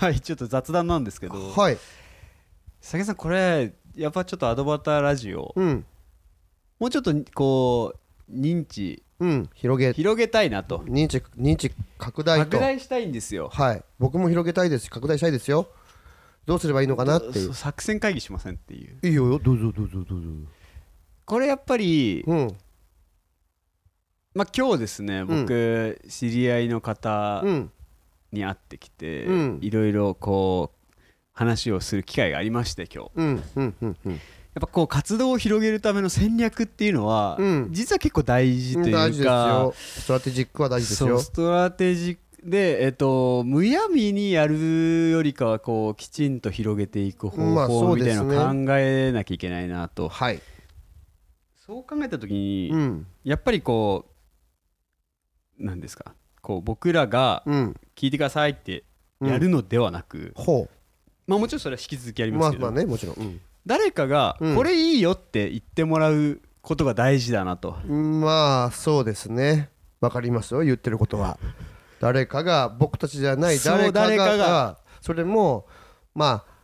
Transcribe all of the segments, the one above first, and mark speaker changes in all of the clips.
Speaker 1: はいちょっと雑談なんですけど
Speaker 2: はい
Speaker 1: 佐木さんこれやっぱちょっとアドバターラジオ
Speaker 2: うん
Speaker 1: もうちょっとこう認知
Speaker 2: うん広げ
Speaker 1: 広げたいなと
Speaker 2: 認知認知拡大
Speaker 1: 拡
Speaker 2: と
Speaker 1: 大したいんですよ
Speaker 2: はい僕も広げたいですし拡大したいですよどうすればいいのかなってい
Speaker 1: そうう作戦会議しませんっていう
Speaker 2: いいよどうぞどうぞどうぞ
Speaker 1: これやっぱり
Speaker 2: うん
Speaker 1: まあ今日ですね
Speaker 2: ん
Speaker 1: 僕知り合いの方
Speaker 2: うん
Speaker 1: に会ってきて
Speaker 2: うん
Speaker 1: いろいろこう話をする機会がありまして今日
Speaker 2: うんうんうんうん
Speaker 1: やっぱこう活動を広げるための戦略っていうのは
Speaker 2: うん
Speaker 1: 実は結構大事と
Speaker 2: うん大
Speaker 1: いう
Speaker 2: 事です
Speaker 1: か
Speaker 2: よストラテジックは大事です
Speaker 1: そ
Speaker 2: よ
Speaker 1: うストラテジックで、えっと、むやみにやるよりかはこうきちんと広げていく
Speaker 2: ま
Speaker 1: 方
Speaker 2: あ
Speaker 1: 法
Speaker 2: そう
Speaker 1: み
Speaker 2: で
Speaker 1: たい
Speaker 2: す
Speaker 1: な
Speaker 2: ね
Speaker 1: のを考えなきゃいけないなと、
Speaker 2: はい
Speaker 1: そう考えた時に、
Speaker 2: うん
Speaker 1: やっぱりこう何ですかこう僕らが
Speaker 2: うん
Speaker 1: 聞いてくださいってやるのではなく、
Speaker 2: ほ
Speaker 1: まあ、もちろんそれは引き続きや
Speaker 2: う
Speaker 1: りま
Speaker 2: ますあ
Speaker 1: けど、
Speaker 2: まあねもちろん
Speaker 1: 誰かが
Speaker 2: うん
Speaker 1: これいいよって言ってもらうことが大事だなと、
Speaker 2: うんまあそうですねわかりますよ言ってることは誰かが僕たちじゃない
Speaker 1: そう
Speaker 2: 誰か
Speaker 1: 誰か
Speaker 2: が
Speaker 1: が
Speaker 2: それもまあ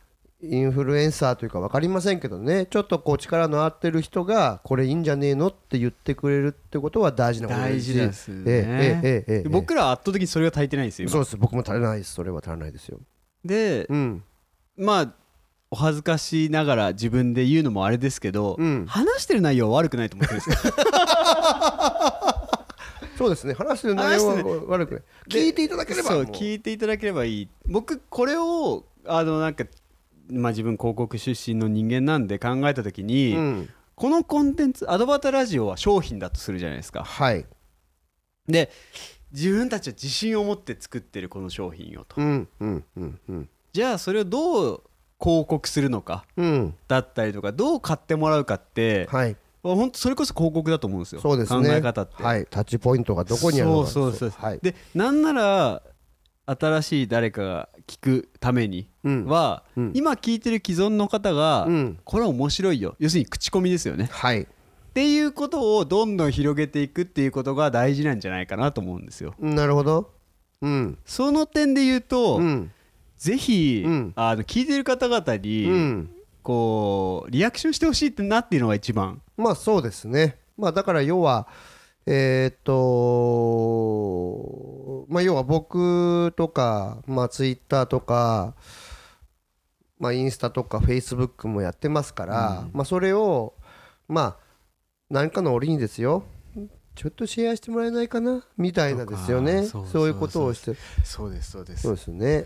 Speaker 2: インフルエンサーというか分かりませんけどねちょっとこう力の合ってる人がこれいいんじゃねえのって言ってくれるってことは大事なこと
Speaker 1: 大
Speaker 2: ですし
Speaker 1: 事ですよね、
Speaker 2: ええええええええ
Speaker 1: 僕らは圧倒的にそれが足りてないんですよ今
Speaker 2: そうです僕も足りないですそれは足りないですよ
Speaker 1: で
Speaker 2: うん
Speaker 1: まあお恥ずかしながら自分で言うのもあれですけど、
Speaker 2: うん
Speaker 1: 話してる内容は悪くないと思ってるんですよ
Speaker 2: そうですね話してる内容は悪くない聞いてい ただければ
Speaker 1: そう
Speaker 2: もう
Speaker 1: 聞いていただければいい僕これをあのなんか、まあ、自分広告出身の人間なんで考えた時に、
Speaker 2: うん
Speaker 1: このコンテンツアドバタラジオは商品だとするじゃないですか
Speaker 2: はい
Speaker 1: で自分たちは自信を持って作ってるこの商品をと、
Speaker 2: うんうんうんうん
Speaker 1: じゃあそれをどう広告するのか
Speaker 2: うん
Speaker 1: だったりとかどう買ってもらうかって、
Speaker 2: はい
Speaker 1: まあ本当それこそ広告だと思うんですよ
Speaker 2: そうですね
Speaker 1: 考え方って、
Speaker 2: はいタッチポイントがどこにあるのか
Speaker 1: そうそうそう
Speaker 2: はい
Speaker 1: でなんなら新しい誰かが聞くために
Speaker 2: うん
Speaker 1: は、
Speaker 2: うん
Speaker 1: 今聞いてる既存の方が、
Speaker 2: うん
Speaker 1: これ面白いよ要するに口コミですよね
Speaker 2: はい
Speaker 1: っていうことをどんどん広げていくっていうことが大事なんじゃないかなと思うんですよ
Speaker 2: なるほどうん
Speaker 1: その点で言うと、
Speaker 2: うん
Speaker 1: ぜひ、
Speaker 2: うん
Speaker 1: あの聞いてる方々に、
Speaker 2: うん
Speaker 1: こうリアクションしてほしいってなっていうのが一番
Speaker 2: まあそうですねまあだから要はえーっとまあ要は僕とかまあツイッターとかまあインスタとかフェイスブックもやってますからまあそれをまあ何かの折にですよちょっとシェアしてもらえないかなみたいなですよね
Speaker 1: そうかそう
Speaker 2: そういうことをして
Speaker 1: そうですそうで
Speaker 2: そうですね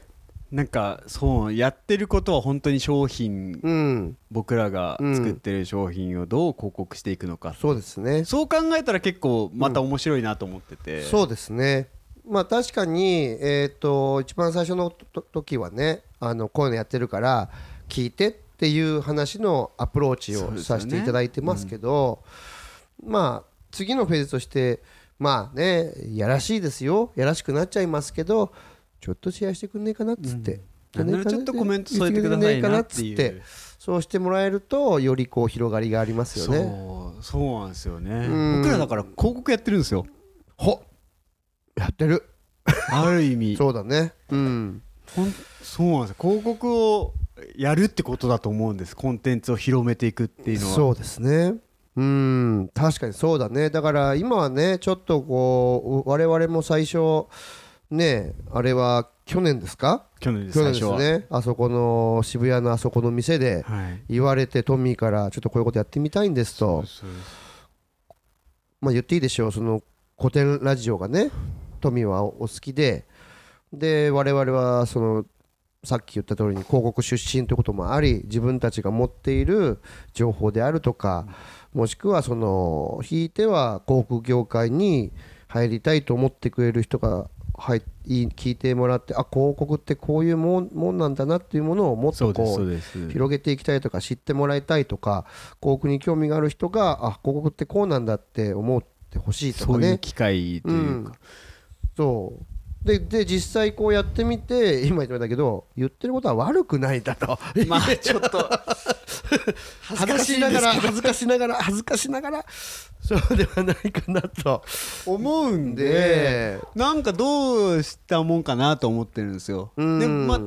Speaker 1: なんかそうやってることは本当に商品
Speaker 2: うん
Speaker 1: 僕らが作ってる商品をどう広告していくのか、
Speaker 2: そうですね
Speaker 1: そう考えたら結構また面白いなと思ってて、
Speaker 2: そうですねまあ確かにえっ、と一番最初のと時はねあのこういうのやってるから聞いてっていう話のアプローチ
Speaker 1: そう
Speaker 2: を
Speaker 1: ですよ
Speaker 2: さ
Speaker 1: ね
Speaker 2: せていただいてますけどまあ次のフェーズとしてまあねやらしいですよやらしくなっちゃいますけどちょっとシェアしてくんねえかなっつって、
Speaker 1: なんならちょっとコメント添えてくださいなっていう
Speaker 2: 言ってくれねえかなっつってそうしてもらえるとよりこう広がりがありますよね
Speaker 1: そうそうなんですよね
Speaker 2: うん
Speaker 1: 僕らだから広告やってるんです よ
Speaker 2: ほやってる
Speaker 1: ある意味
Speaker 2: そうだねうん
Speaker 1: ほんそうなんですよ広告をやるってことだと思うんですコンテンツを広めていくっていうのは
Speaker 2: そうですねうん確かにそうだねだから今はねちょっとこう我々も最初ねあれは去年ですか
Speaker 1: 去年です
Speaker 2: 去
Speaker 1: 最初
Speaker 2: 年です
Speaker 1: は、
Speaker 2: ねあそこの渋谷のあそこの店で
Speaker 1: はい
Speaker 2: 言われてトミーからちょっとこういうことやってみたいんですとまあ言っていいでしょうその古典ラジオがねトミーはお好きでで我々はそのさっき言った通りに広告出身ということもあり自分たちが持っている情報であるとかもしくはそのひいては広告業界に入りたいと思ってくれる人が入っい聞いてもらってあ広告ってこういうもんもんなんだなっていうものをもっ
Speaker 1: そ
Speaker 2: と
Speaker 1: うです
Speaker 2: こ
Speaker 1: そ
Speaker 2: う
Speaker 1: うです
Speaker 2: 広げていきたいとか知ってもらいたいとか広告に興味がある人があ広告ってこうなんだって思ってほしいと
Speaker 1: そ
Speaker 2: か
Speaker 1: ういう
Speaker 2: ね
Speaker 1: 機会というか、
Speaker 2: そうでで実際こうや ってみて今言ってもらったけど言ってることは悪くないだと
Speaker 1: まあちょっと
Speaker 2: 恥ずかしながら恥ずかしながら恥ずかしながらそうではないかなと
Speaker 1: 思うん で
Speaker 2: で
Speaker 1: なんかどうしたもんかなと思ってるんですよ。で
Speaker 2: うん
Speaker 1: まあ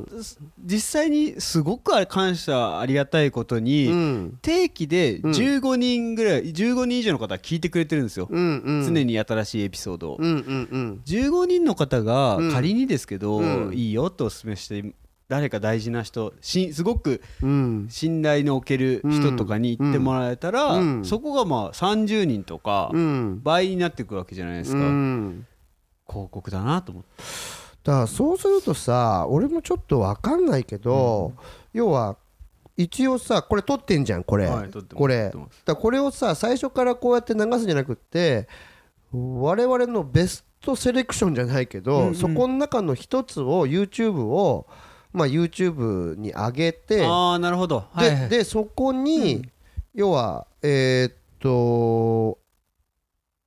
Speaker 1: 実際にすごくあれ感謝ありがたいことに、
Speaker 2: うん
Speaker 1: 定期で15人ぐらい、15人以上の方は聞いてくれてるんですよ、
Speaker 2: うんうん
Speaker 1: 常に新しいエピソードを。
Speaker 2: うんうんうん
Speaker 1: 15人の方が
Speaker 2: うん
Speaker 1: 仮にですけど、
Speaker 2: うん
Speaker 1: いいよとお勧めして誰か大事な人しすごく
Speaker 2: うん
Speaker 1: 信頼のおける人とかに言ってもらえたら、
Speaker 2: うんうん
Speaker 1: そこがまあ30人とか
Speaker 2: うん
Speaker 1: 倍になってくるわけじゃないです
Speaker 2: う
Speaker 1: か、
Speaker 2: ん
Speaker 1: 広告だなと思って
Speaker 2: だからそうするとさ俺もちょっと分かんないけど、要は一応さこれ撮ってんじゃんこれ、
Speaker 1: はい撮ってます
Speaker 2: これだ
Speaker 1: 撮って
Speaker 2: か
Speaker 1: ま
Speaker 2: らこれをさ最初からこうやって流すんじゃなくって我々のベストセレクションじゃないけど、
Speaker 1: うんうん
Speaker 2: そこの中の一つを YouTube を、まあ、YouTube に上げて
Speaker 1: ああなるほどはい
Speaker 2: で,、
Speaker 1: はい
Speaker 2: でそこに、要はえーっと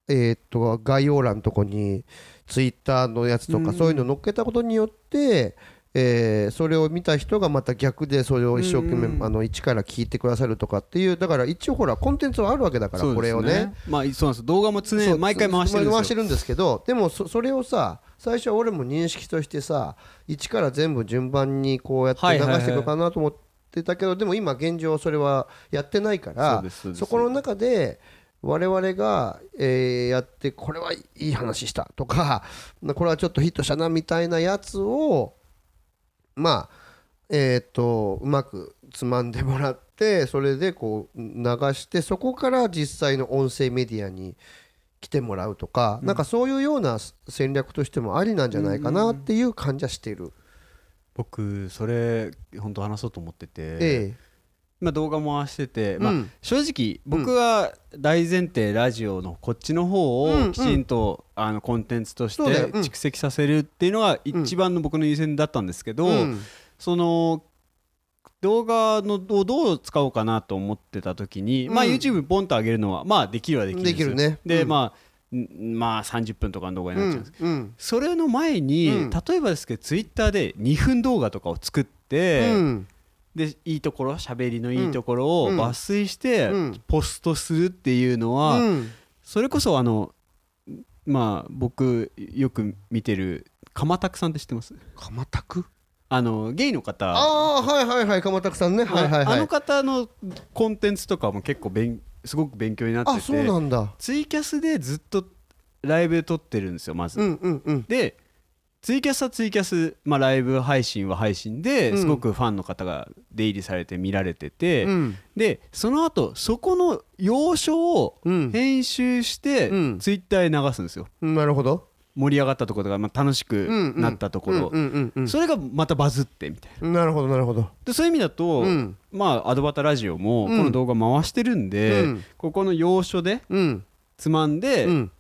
Speaker 2: えーっと概要欄のとこにツイッターのやつとか、
Speaker 1: うん
Speaker 2: そういうの載っけたことによって、えーそれを見た人がまた逆でそれを一生懸命、
Speaker 1: うんうん
Speaker 2: あの一から聞いてくださるとかっていうだから一応ほらコンテンツはあるわけだから、
Speaker 1: そう
Speaker 2: こ
Speaker 1: で
Speaker 2: れ
Speaker 1: す
Speaker 2: をね
Speaker 1: まあそうなんです動画も常
Speaker 2: そ
Speaker 1: に
Speaker 2: う
Speaker 1: 毎回回してるん
Speaker 2: そう
Speaker 1: で
Speaker 2: 回
Speaker 1: す
Speaker 2: して
Speaker 1: よ
Speaker 2: るんですけどでもそそれをさ最初は俺も認識としてさ一から全部順番にこうやって
Speaker 1: はい
Speaker 2: 流
Speaker 1: はいはい
Speaker 2: していくかなと思ってたけどでも今現状それはやってないか
Speaker 1: そ
Speaker 2: ら
Speaker 1: うですそうです
Speaker 2: そこの中で我々がえーやってこれはいい話したとか なこれはちょっとヒットしたなみたいなやつをまあえーっとうまくつまんでもらってそれでこう流してそこから実際の音声メディアに来てもらうとか、なんかそういうような戦略としてもありなんじゃないかなっていう感じはしてる。
Speaker 1: 僕それ本当話そうと思ってて、
Speaker 2: え
Speaker 1: 今動画回してて、
Speaker 2: え
Speaker 1: まあ
Speaker 2: うん
Speaker 1: 正直僕は大前提ラジオのこっちの方
Speaker 2: うんう
Speaker 1: を
Speaker 2: ん
Speaker 1: きちんとあのコンテンツとして
Speaker 2: そうだようん
Speaker 1: 蓄積させるっていうのが一番の僕の優先だったんですけど
Speaker 2: うん
Speaker 1: その動画のをどう使おうかなと思ってた時にまあ
Speaker 2: うん
Speaker 1: YouTube にポンと上げるのはまあできるはできるんですよ
Speaker 2: できるね
Speaker 1: で
Speaker 2: うん
Speaker 1: まあんまあ30分とかの動画になっちゃうんです
Speaker 2: うん
Speaker 1: それの前に
Speaker 2: うん
Speaker 1: 例えばですけど Twitter で2分動画とかを作っ
Speaker 2: う
Speaker 1: て
Speaker 2: ん
Speaker 1: でいいところ喋りのいいところを
Speaker 2: うん
Speaker 1: 抜粋して
Speaker 2: うん
Speaker 1: ポストするっていうのは、
Speaker 2: うん
Speaker 1: それこそあのまあ僕よく見てる鎌田さんって知ってます
Speaker 2: 鎌田区
Speaker 1: あのゲイの方
Speaker 2: ああはいはいはい鎌田区さんねはいはい
Speaker 1: ああ
Speaker 2: は
Speaker 1: の
Speaker 2: い
Speaker 1: 方のコンテンツとかも結構勉すごく勉強になって
Speaker 2: あ
Speaker 1: て
Speaker 2: そうなんだ
Speaker 1: ツイキャスでずっとライブで撮ってるんですよまず。
Speaker 2: うんうんうん
Speaker 1: でツイキャスはツイキャス、まあ、ライブ配信は配信
Speaker 2: うん
Speaker 1: ですごくファンの方が出入りされて見られてて、
Speaker 2: うん
Speaker 1: でその後そこの要所を
Speaker 2: うん
Speaker 1: 編集して
Speaker 2: うん
Speaker 1: ツイッターで流すんですよ
Speaker 2: うんなるほど
Speaker 1: 盛り上がったところとか、まあ、楽しくなったところ、
Speaker 2: うんうんうん
Speaker 1: それがまたバズってみたいな
Speaker 2: うんなるほどなるほど
Speaker 1: でそういう意味だと、
Speaker 2: うん
Speaker 1: まあアドバタラジオもこの動画回してるんで、
Speaker 2: うん
Speaker 1: ここの要所で
Speaker 2: うん
Speaker 1: つまんで、
Speaker 2: うん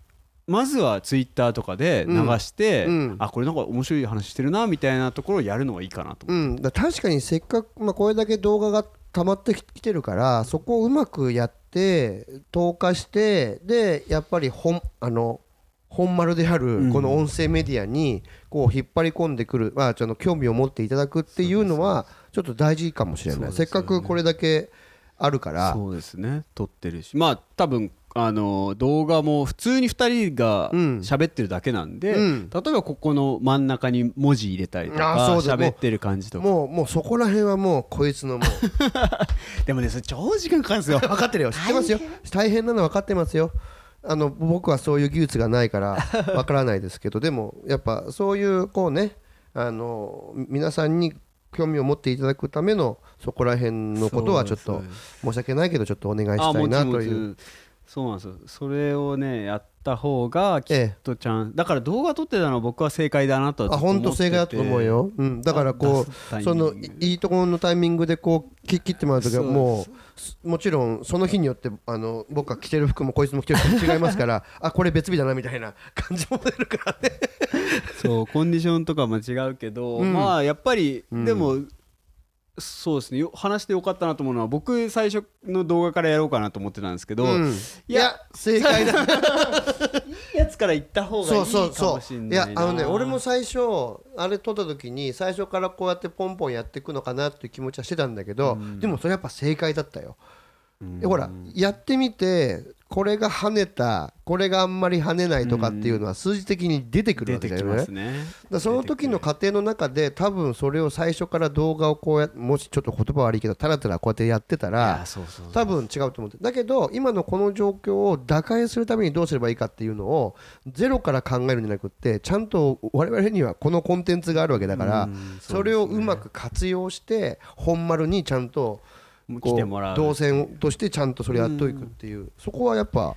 Speaker 1: まずはツイッターとかで流して、
Speaker 2: うんうん
Speaker 1: あこれなんか面白い話してるなみたいなところをやるのがいいかなと思
Speaker 2: うんだから確かにせっかくまあこれだけ動画が溜まってきてるからそこをうまくやって投下してでやっぱり本あの本丸であるこの音声メディアにこう引っ張り込んでくる、まあ、ちょっと興味を持っていただくっていうのはちょっと大事かもしれな
Speaker 1: そ
Speaker 2: い、
Speaker 1: う
Speaker 2: せ
Speaker 1: で
Speaker 2: っ
Speaker 1: すよ
Speaker 2: か
Speaker 1: ね
Speaker 2: くこれだけあるから
Speaker 1: そうですね撮ってるしまあ多分あの動画も普通に2人が
Speaker 2: うん
Speaker 1: 喋ってるだけなんで、
Speaker 2: うん
Speaker 1: 例えばここの真ん中に文字入れたりと
Speaker 2: あ
Speaker 1: か
Speaker 2: そうだ
Speaker 1: 喋ってる感じとか
Speaker 2: もうもうそこら辺はもうこいつのもう
Speaker 1: でもねそれ超時間かかるん ですよ
Speaker 2: 分かってるよ知ってますよ大変なの分かってますよあの僕はそういう技術がな いから分からないですけどでもやっぱそういうこうねあの皆さんに興味を持っていただくためのそこら辺のことはちょっ
Speaker 1: そう
Speaker 2: と
Speaker 1: です
Speaker 2: 申し訳ないけどちょっとお願い
Speaker 1: あ
Speaker 2: したい
Speaker 1: もちろ
Speaker 2: なんと
Speaker 1: もち
Speaker 2: い
Speaker 1: ろ
Speaker 2: うん
Speaker 1: そうなんですよそれをねやった方がきっ
Speaker 2: ええ
Speaker 1: とちゃん、だから動画撮ってたのは僕は正解だなとはず
Speaker 2: あ
Speaker 1: っと思っ
Speaker 2: 本
Speaker 1: てて
Speaker 2: 当正解だと思うよ、うん、だからこ
Speaker 1: 出すタイ
Speaker 2: う
Speaker 1: ミン
Speaker 2: そ
Speaker 1: グ
Speaker 2: のいいところのタイミングでこう切切ってもらうときはもうすもちろんその日によってあの僕が着てる服もこいつも着てる服も違いますから あこれ別日だなみたいな 感じも出るからね
Speaker 1: そうコンディションとかも違うけど、
Speaker 2: うん
Speaker 1: まあやっぱり、
Speaker 2: うん
Speaker 1: でもそうですねよ話してよかったなと思うのは僕最初の動画からやろうかなと思ってたんですけど、
Speaker 2: うんい
Speaker 1: い
Speaker 2: や
Speaker 1: や
Speaker 2: 正解だ
Speaker 1: いいやつから行った方がいい
Speaker 2: そう
Speaker 1: か
Speaker 2: そうそ
Speaker 1: もし
Speaker 2: う
Speaker 1: れ
Speaker 2: い
Speaker 1: ないな
Speaker 2: やあのね俺も最初あれ撮った時に最初からこうやってポンポンやっていくのかなっていう気持ちはしてたんだけど、でもそれやっぱ正解だったよ、でほらやってみてこれが跳ねたこれがあんまり跳ねないとかっていうのは数字的に出てくる
Speaker 1: 出
Speaker 2: わけ
Speaker 1: て
Speaker 2: だ
Speaker 1: き
Speaker 2: よね
Speaker 1: ますね
Speaker 2: だからその時の過程の中で多分それを最初から動画をこうやもしちょっと言葉悪いけどたらたらこうやってやってた
Speaker 1: い
Speaker 2: ら
Speaker 1: やそうそうそう
Speaker 2: 多分違うと思ってだけど今のこの状況を打開するためにどうすればいいかっていうのをゼロから考えるんじゃなくってちゃんと我々にはこのコンテンツがあるわけだからそれをうまく活用して本丸にちゃんと
Speaker 1: もう
Speaker 2: こ
Speaker 1: 来
Speaker 2: う
Speaker 1: てもらう
Speaker 2: 動線としてちゃんとそれやっといくっていうそこはやっぱ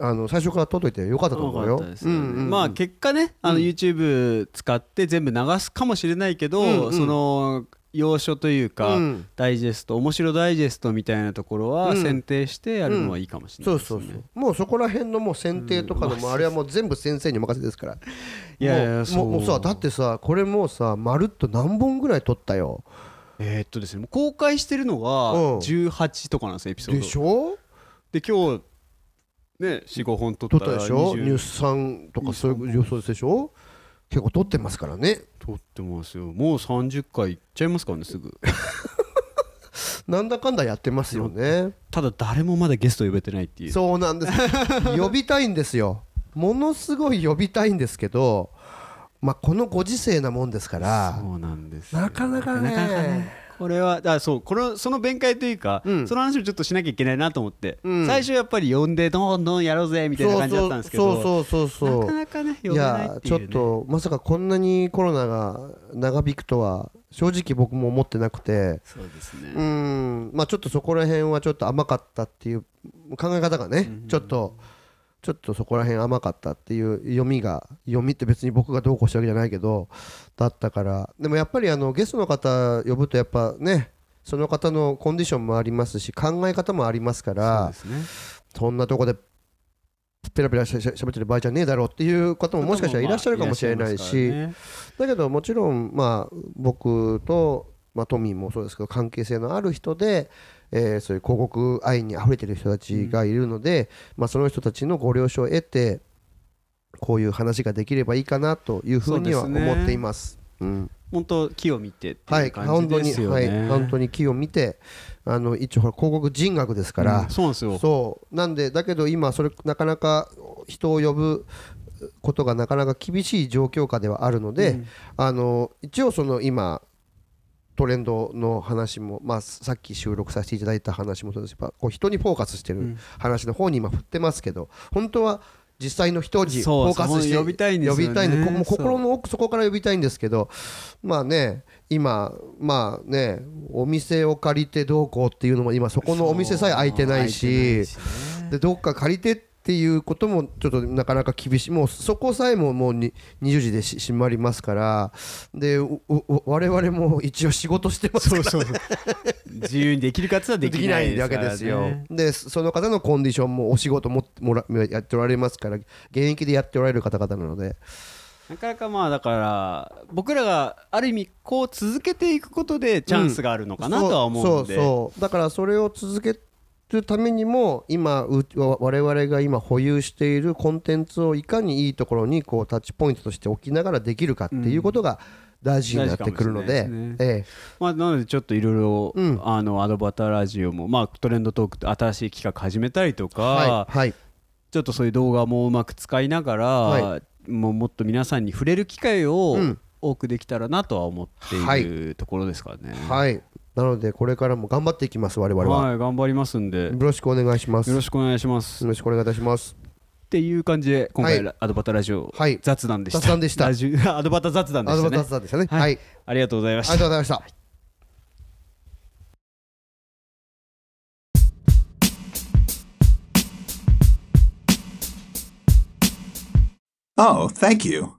Speaker 2: あの最初から取っといてよかったと思う
Speaker 1: 多
Speaker 2: よ
Speaker 1: かったですよね
Speaker 2: うんうんうん
Speaker 1: まあ結果ねあの YouTube 使って全部流すかもしれないけど、
Speaker 2: うんうん
Speaker 1: その要所というか、
Speaker 2: うん
Speaker 1: ダイジェスト面白ダイジェストみたいなところは選定してやるのはいいかもしれない
Speaker 2: そう
Speaker 1: ですね、
Speaker 2: そうそうもうそこら辺のもう選定とかのもあれはもう全部先生にお任せですから
Speaker 1: いやいや
Speaker 2: もう
Speaker 1: そう
Speaker 2: もうもうさだってさこれもうさまるっと何本ぐらい撮ったよ
Speaker 1: えーっとですねもう公開してるのが
Speaker 2: うん
Speaker 1: 18とかなんですよエピソード
Speaker 2: でしょ
Speaker 1: で今日ね45本撮っ
Speaker 2: 撮
Speaker 1: た
Speaker 2: ったでしょ
Speaker 1: 20
Speaker 2: ニュースさんとかそういう予想でしょ結構撮ってますからね
Speaker 1: 撮ってますよもう30回いっちゃいますからねすぐ
Speaker 2: なんだかんだやってますよね
Speaker 1: ただ誰もまだゲスト呼べてないっていう
Speaker 2: そうなんです 呼びたいんですよものすごい呼びたいんですけどまあこのご時世なもんですから
Speaker 1: そうなんですよ
Speaker 2: なかなかね
Speaker 1: なかなかねこれはだそうこのその弁解というか、
Speaker 2: うん
Speaker 1: その話をちょっとしなきゃいけないなと思って、
Speaker 2: うん
Speaker 1: 最初やっぱり呼んでどんどんやろうぜみたいな感じだったんですけど
Speaker 2: そうそうそうそうそう
Speaker 1: なかなかね呼
Speaker 2: い
Speaker 1: べない
Speaker 2: や
Speaker 1: ってい
Speaker 2: ちょ
Speaker 1: う、
Speaker 2: っ
Speaker 1: ね、
Speaker 2: とまさかこんなにコロナが長引くとは正直僕も思ってなくて
Speaker 1: そうですね、
Speaker 2: うーんまあちょっとそこら辺はちょっと甘かったっていう考え方がねちょっとちょっとそこら辺甘かったっていう読みが読みって別に僕がどうこうしたわけじゃないけどだったからでもやっぱりあのゲストの方呼ぶとやっぱねその方のコンディションもありますし考え方もありますから
Speaker 1: そうですね
Speaker 2: そんなとこでペラペラしゃしゃ喋ってる場合じゃねえだろうっていう方ももしかしたらいらっしゃるかもしれないし
Speaker 1: らっゃいますか
Speaker 2: だけどもちろんまあ僕とまあトミーもそうですけど関係性のある人でえーそういう広告愛にあふれてる人たちがいるのでまあその人たちのご了承を得てこういう話ができればいいかなというふうには
Speaker 1: そうですね
Speaker 2: 思っています。うん
Speaker 1: らね本当木を見てって
Speaker 2: はいいう
Speaker 1: 感
Speaker 2: 本
Speaker 1: じ
Speaker 2: 当
Speaker 1: で
Speaker 2: に
Speaker 1: すよ
Speaker 2: は
Speaker 1: ね、
Speaker 2: い本当に木を見てあの一応ほら広告人学ですから
Speaker 1: うんそうなんですよ
Speaker 2: そうなんでだけど今それなかなか人を呼ぶことがなかなか厳しい状況下ではあるので、あの一応その今トレンドの話も、まあ、さっき収録させていただいた話もそうですしやっぱこう人にフォーカスしてる話の方に今振ってますけど本当は実際の人にフ
Speaker 1: そう
Speaker 2: ォーカスして
Speaker 1: そう呼びたいんですよね
Speaker 2: 呼びたいんでこもう
Speaker 1: そう
Speaker 2: 心の奥底から呼びたいんですけどまあね今まあねお店を借りてどうこうっていうのも今そこのお店さえ開いてないしでどっか借りてっていうこともちょっとなかなか厳しいもうそこさえももうに20時でし閉まりますからでううう我々も一応仕事してますから
Speaker 1: そう自由にできるかつはで
Speaker 2: でき
Speaker 1: き
Speaker 2: な
Speaker 1: ないい
Speaker 2: わけ
Speaker 1: から
Speaker 2: で
Speaker 1: ね
Speaker 2: すよ。でその方のコンディションもお仕事ももらやっておられますから現役でやっておられる方々なので
Speaker 1: なかなかまあだから僕らがある意味こう続けていくことでチャンスがあるのかなとは思うんで、
Speaker 2: そうそうそうだからそれを続けるためにも今うわ我々が今保有しているコンテンツをいかにいいところにこうタッチポイントとして置きながらできるかっていうことが大事になってくるの
Speaker 1: 大事
Speaker 2: で,、
Speaker 1: かもしれないです
Speaker 2: ええ
Speaker 1: まあ、なのでちょっといろいろあのアドバターラジオも、まあ、トレンドトークって新しい企画始めたりとか、
Speaker 2: はいはい
Speaker 1: ちょっとそういう動画もうまく使いながら、
Speaker 2: は
Speaker 1: もうもっと皆さんに触れる機会を
Speaker 2: うん
Speaker 1: 多くできたらなとは思っている、
Speaker 2: はい
Speaker 1: ところですからね。
Speaker 2: はいなのでこれからも頑張っていきます我々は、
Speaker 1: はい、頑張りますんで
Speaker 2: よろしくお願いします
Speaker 1: よ
Speaker 2: よ
Speaker 1: ろしくお願いします。
Speaker 2: ろしくお願いいたします
Speaker 1: っていう感じで今回、
Speaker 2: は
Speaker 1: アドバタラジオ
Speaker 2: はい
Speaker 1: 雑談でした。
Speaker 2: 雑談でした
Speaker 1: ラジオアドバタ雑談で
Speaker 2: アド
Speaker 1: した
Speaker 2: バ
Speaker 1: ね
Speaker 2: ター。さんでしたね
Speaker 1: はい
Speaker 2: はい、あり
Speaker 1: ありがとうございまし
Speaker 2: が
Speaker 1: た
Speaker 2: とう。ございました
Speaker 3: Oh, thank you.